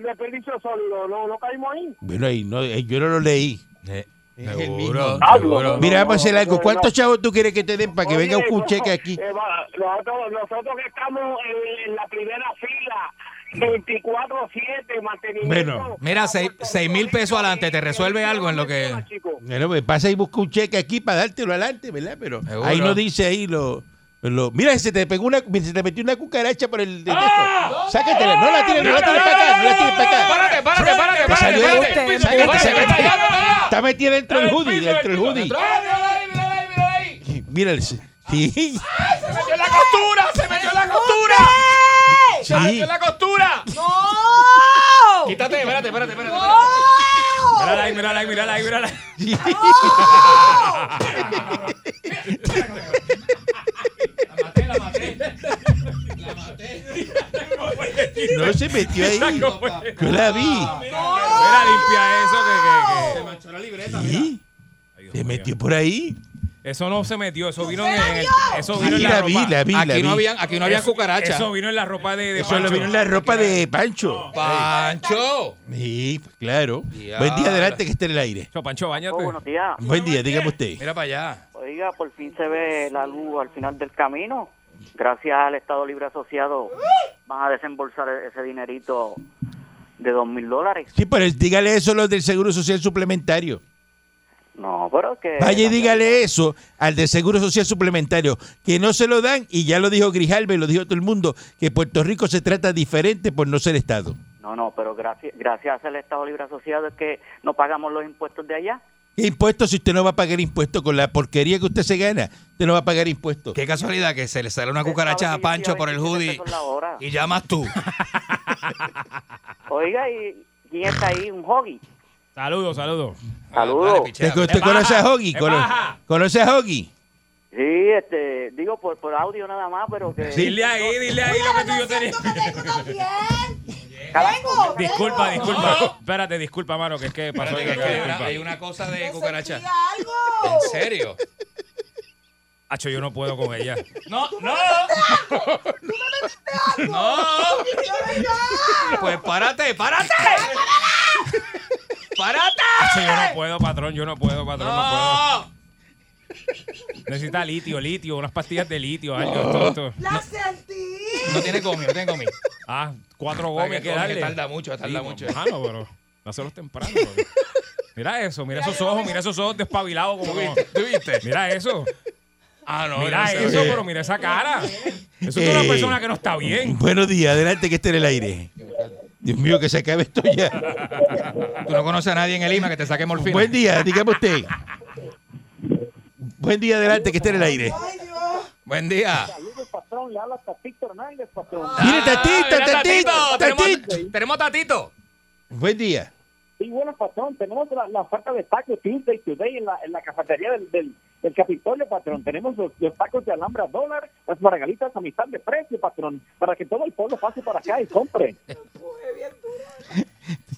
de, de servicio sólido, ¿no, no caímos ahí? Bueno, ahí no, eh, yo no lo leí. Eh, Es el Seguro, mismo. seguro. Mira, vamos a hacer algo. ¿Cuántos chavos tú quieres que te den para que venga Oye, un cheque no, aquí? eh, va, nosotros, nosotros que estamos en, en la primera fila, 24-7, mantenimiento. Bueno, Mira, seis- seis mil pesos adelante, te resuelve algo en lo que- Chico. Bueno, pues pasa y busca un cheque aquí para dártelo adelante, ¿verdad? Pero Seguro. ahí no dice ahí lo, lo- Mira, se te pegó una, mira, se te metió una cucaracha por el. de- de esto. ¡Ah! Sácatela, no la tires, no la tires para acá, no la tires para acá. Párate, párate, párate, Te salió de- párate, párate, sácate, párate, sácate. párate, párate. Está metida dentro del hoodie, dentro del hoodie. ahí! Mira, el- sí. Sí. ¡Se metió en la costura! ¡Se metió en la costura! ¡Se metió en la costura! ¡No! Quítate, espérate, espérate, espérate. ¡Oh! Mírala ahí, mírala ahí, mírala ahí, mírala ahí. No se metió ahí. Yo la Ah, vi. Mira, limpia eso que- que- que- Sí. Se metió por ahí. Eso no se metió, eso vino en el- Eso Sí, vino en la la vi, ropa. la vi, la Aquí no vi. habían, aquí no habían Eso- cucarachas. Eso vino en la ropa de, de Eso lo Pancho. vino en la ropa de Pancho. ¡Pancho! Sí, pues, claro. Ya. Buen día adelante que esté en el aire. Eso, Pancho, bañate. buenos días. Buen día, dígame usted. Mira para allá. Oiga, por fin se ve la luz al final del camino. Gracias al Estado Libre Asociado van a desembolsar e-, ese dinerito de dos mil dólares. Sí, pero dígale eso a los del Seguro Social Suplementario. No, pero es Eh, que... Vaya y dígale eso al del Seguro Social Suplementario, que no se lo dan, y ya lo dijo Grijalva y lo dijo todo el mundo, que Puerto Rico se trata diferente por no ser Estado. No, no, pero gracias, gracias al Estado Libre Asociado es que no pagamos los impuestos de allá. ¿Qué impuestos si usted no va a pagar impuestos con la porquería que usted se gana? Usted no va a pagar impuestos. Qué casualidad que se le sale una Usted cucaracha sabe a que yo Pancho estoy a por el 27 hoodie pesos la hora. y llamas tú. Oiga, ¿y quién está ahí? ¿Un hoggy? Saludos, saludos. Saludos. Ah, Dale, pichea. ¿Usted Es conoce baja, a Hoggy? es ¿Cono- baja. ¿Conoce a Hoggy? Sí, este, digo por, por audio nada más, pero que... Dile ahí, dile ahí lo que tú y yo teníamos. [laughs] Vengo. Disculpa, disculpa. Espérate, disculpa, mano, que es que pasó. Espérate, que algo acá, hay una- disculpa. hay una cosa de cucaracha. algo. ¿En serio? Hacho, yo no puedo con ella. No, no. [laughs] No. Pues párate, párate. ¡Párate! Hacho, yo no puedo, patrón, yo no puedo, patrón, no puedo. ¡No! Necesita litio, litio, unas pastillas de litio, algo, esto, esto. La sentí. No tiene gomi, no tiene gomi. Ah, cuatro Para que gomis que coja, que darle. pues, tarda mucho, tarda mucho. Mano, Ah, pero hacerlos temprano. porque- Mira eso, mira esos ojos, mira esos ojos despabilados. Como, ¿Tú viste? Mira eso, Ah, no. mira no sé. eso, pero mira esa cara. Eso es una Eh. persona que no está bien. Buenos días, adelante que esté en el aire. Dios mío, que se acabe esto ya. Tú no conoces a nadie en el IMA que te saque morfina. Buen día, dígame usted. Buen día, adelante que esté en el aire. Buen día. Saludos, patrón. Le habla Tatito Hernández, patrón. Mire, Tatito, Ah, mira, Tatito, Tenemos, Tatito. tenemos a Tatito. Buen día. Sí, bueno, patrón, tenemos la, la oferta de tacos Tuesday Today en la, en la cafetería del, del, del Capitolio, patrón. Tenemos los, los tacos de Alhambra a dólar, las margaritas a mitad de precio, patrón, para que todo el pueblo pase para acá y compre.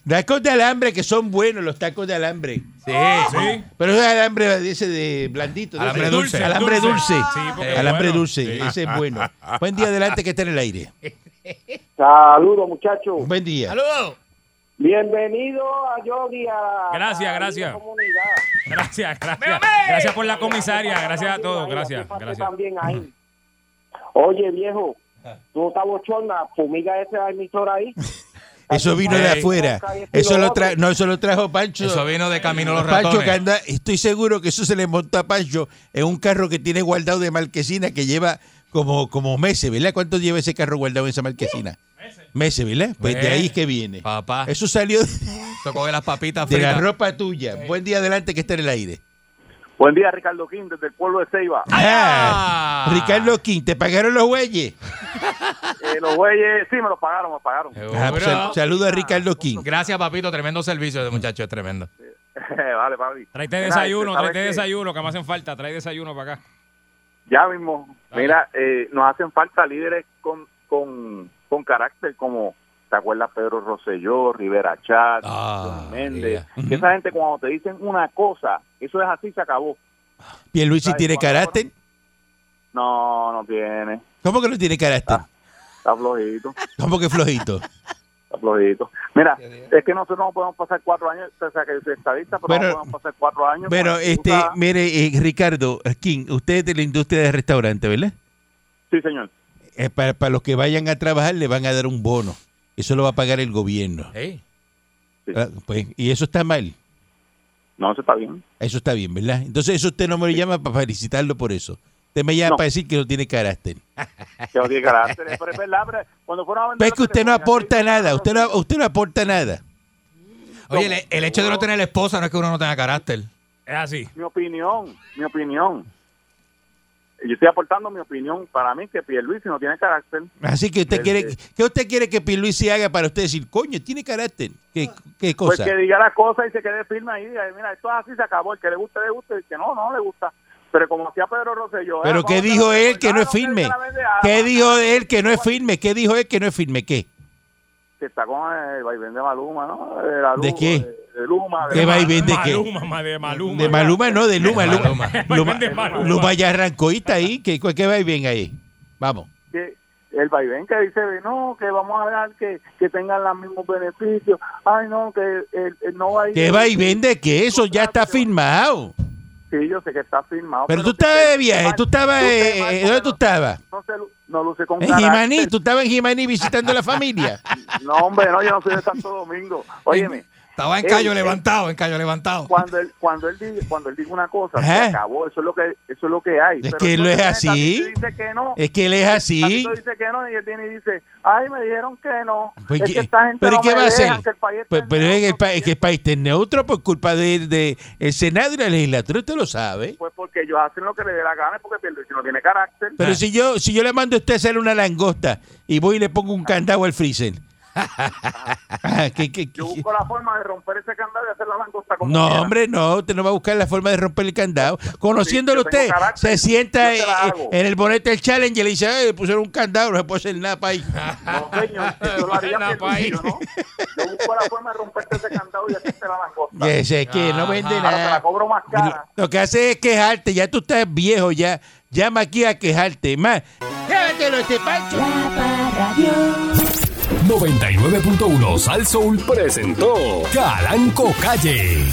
Tacos de alambre que son buenos los tacos de alambre. Ah, Sí, Sí. Pero es alambre ese de blandito. ¿no? Alambre dulce. Alambre dulce. Sí, porque alambre bueno, dulce, sí. ese es bueno. Buen día, adelante que esté en el aire. Saludos, muchachos. Buen día. Saludos. Bienvenido a Yogi. A, Gracias, a la gracias. comunidad. Gracias, gracias. Gracias por la comisaria, gracias a todos, Ahí, gracias, pásate gracias. también ahí. Oye, viejo, tú estás bochorna, fumiga ese emisor ahí. Eso vino de Ey. afuera. Eso lo tra- no, eso lo trajo Pancho. Eso vino de camino a los Pancho que ratones. anda, estoy seguro que eso se le montó a Pancho en un carro que tiene guardado de marquesina que lleva como, como meses, ¿verdad? ¿Cuánto lleva ese carro guardado en esa marquesina? Meses, ¿verdad? Pues de ahí es que viene. Papá. Eso salió de, Tocó de las papitas de la fritas. ropa tuya. Buen día adelante que está en el aire. [laughs] Buen día, Ricardo King, desde el pueblo de [laughs] Ceiba. Ah, Ricardo King, ¿te pagaron los güeyes? Eh, los güeyes, sí, me los pagaron, me los pagaron. Ah, Seguro. sal- saludo a Ricardo King. Gracias, papito. Tremendo servicio de muchacho, es tremendo. [laughs] vale, papi. Tráete Mira, desayuno, ¿sabes tráete qué? desayuno, que me hacen falta, trae desayuno para acá. Ya mismo. Mira, eh, nos hacen falta líderes con, con, con carácter como, ¿te acuerdas Pedro Rosselló, Rivera Chat, Ah, Johnny Méndez? yeah. Que Esa gente cuando te dicen una cosa, eso es así, se acabó. Pierluisi tiene carácter. No, no tiene. ¿Cómo que no tiene carácter? Está flojito, ¿Cómo que flojito? está flojito. Mira, es que nosotros no podemos pasar cuatro años, o sea, que yo soy estadista, pero Bueno, no podemos pasar cuatro años. Bueno, con la este, excusa- mire, eh, Ricardo King, usted es de la industria de restaurante, ¿verdad? Sí, señor. Eh, para, para los que vayan a trabajar le van a dar un bono. Eso lo va a pagar el gobierno. Ey, Ah, pues, y eso está mal. No, eso está bien. Eso está bien, ¿verdad? Entonces eso usted no me llama para felicitarlo por eso. Usted me llama No. para decir que no tiene carácter. Que no tiene carácter. [laughs] Pero es verdad, pero cuando fueron a vender Pero es que los usted no teléfonos, aporta así- nada. Usted no, usted no aporta nada. Oye, el, el hecho de no tener esposa no es que uno no tenga carácter. Es así. mi opinión, mi opinión. Yo estoy aportando mi opinión. Para mí que Pierluisi no tiene carácter. Así que usted Del- quiere... del- ¿Qué usted quiere que Pierluisi haga para usted decir, coño, tiene carácter? ¿Qué, qué Pues cosa? que diga la cosa y se quede firme ahí. diga, Mira, esto es así, se acabó. El que le guste, le guste. El que no, no le gusta. Pero como hacía Pedro Rosselló. Pero ah, ¿qué vamos a dijo hacer- él que no ah, es sé, firme? la vende, ah, ¿Qué vamos a dijo hacer- él que no es firme? ¿Qué dijo él que no es firme? ¿Qué? Que está con el vaivén de Maluma, ¿no? De, la ¿De Luma, qué? De, de Luma. ¿Qué Luma. vaivén de qué? Maluma, ma- de Maluma. De Maluma, no, de Luma. De Luma, Maluma. Luma, De Maluma. Luma ya arrancó y está ahí. ¿Qué, qué va bien ahí? Vamos. que el vaivén que dice no que vamos a dejar que, que tengan los mismos beneficios ay no que el, el no va a ir ¿Qué va y vende que eso ya está firmado? sí yo sé que está firmado Pero tú que estabas te- de viaje, mal- tú estabas... te mal eh, eh, ¿Dónde tú porque estabas? no, no se lu- no luce con En carácter. Jimaní, tú estabas en Jimaní visitando a la familia. no hombre no yo no soy de Santo [laughs] Domingo Eh, óyeme Estaba en callo Ey, levantado, en callo levantado. cuando él cuando él dice cuando él dice una cosa Ajá. se acabó eso es lo que eso es lo que hay Es que no es entonces, así. Tatito dice que no Es que él es así. Tatito dice que no y él viene y dice ay me dijeron que no Pues, es ¿qué- que esta gente ¿Pero no ¿y qué me va a hacer? deja, que el país está Pues, en pero es que el, neutro, pa- es que el país está en neutro por culpa del de, el Senado y la legislatura, usted lo sabe. Pues porque ellos hacen lo que les dé la gana, porque Pierluisi no tiene carácter. [laughs] Pero si yo si yo le mando a usted a hacer una langosta y voy y le pongo un candado al freezer, Ah, ¿qué- qué- qué- Yo busco la forma de romper ese candado y hacer la langosta como No, quiera. hombre, no, usted no va a buscar la forma de romper el candado. Conociéndolo yo tengo usted, carácter, se sienta yo te la eh, hago. en el bonete del challenge y le dice, "Ay, le pusieron un candado, no se puede hacer nada para [laughs] ahí. No, señor, yo lo haría Buena, bien país. sencillo, ¿no? Yo busco la forma de romperte ese candado y hacerte la langosta. Ya sé que no vende Ahora te la nada. cobro más cara. Lo que hace es quejarte, ya tú estás viejo, ya. Llama aquí a quejarte. Más, llévatelo este pancho. La Parradio. 99.1 Sal Soul presentó Calanco Calle.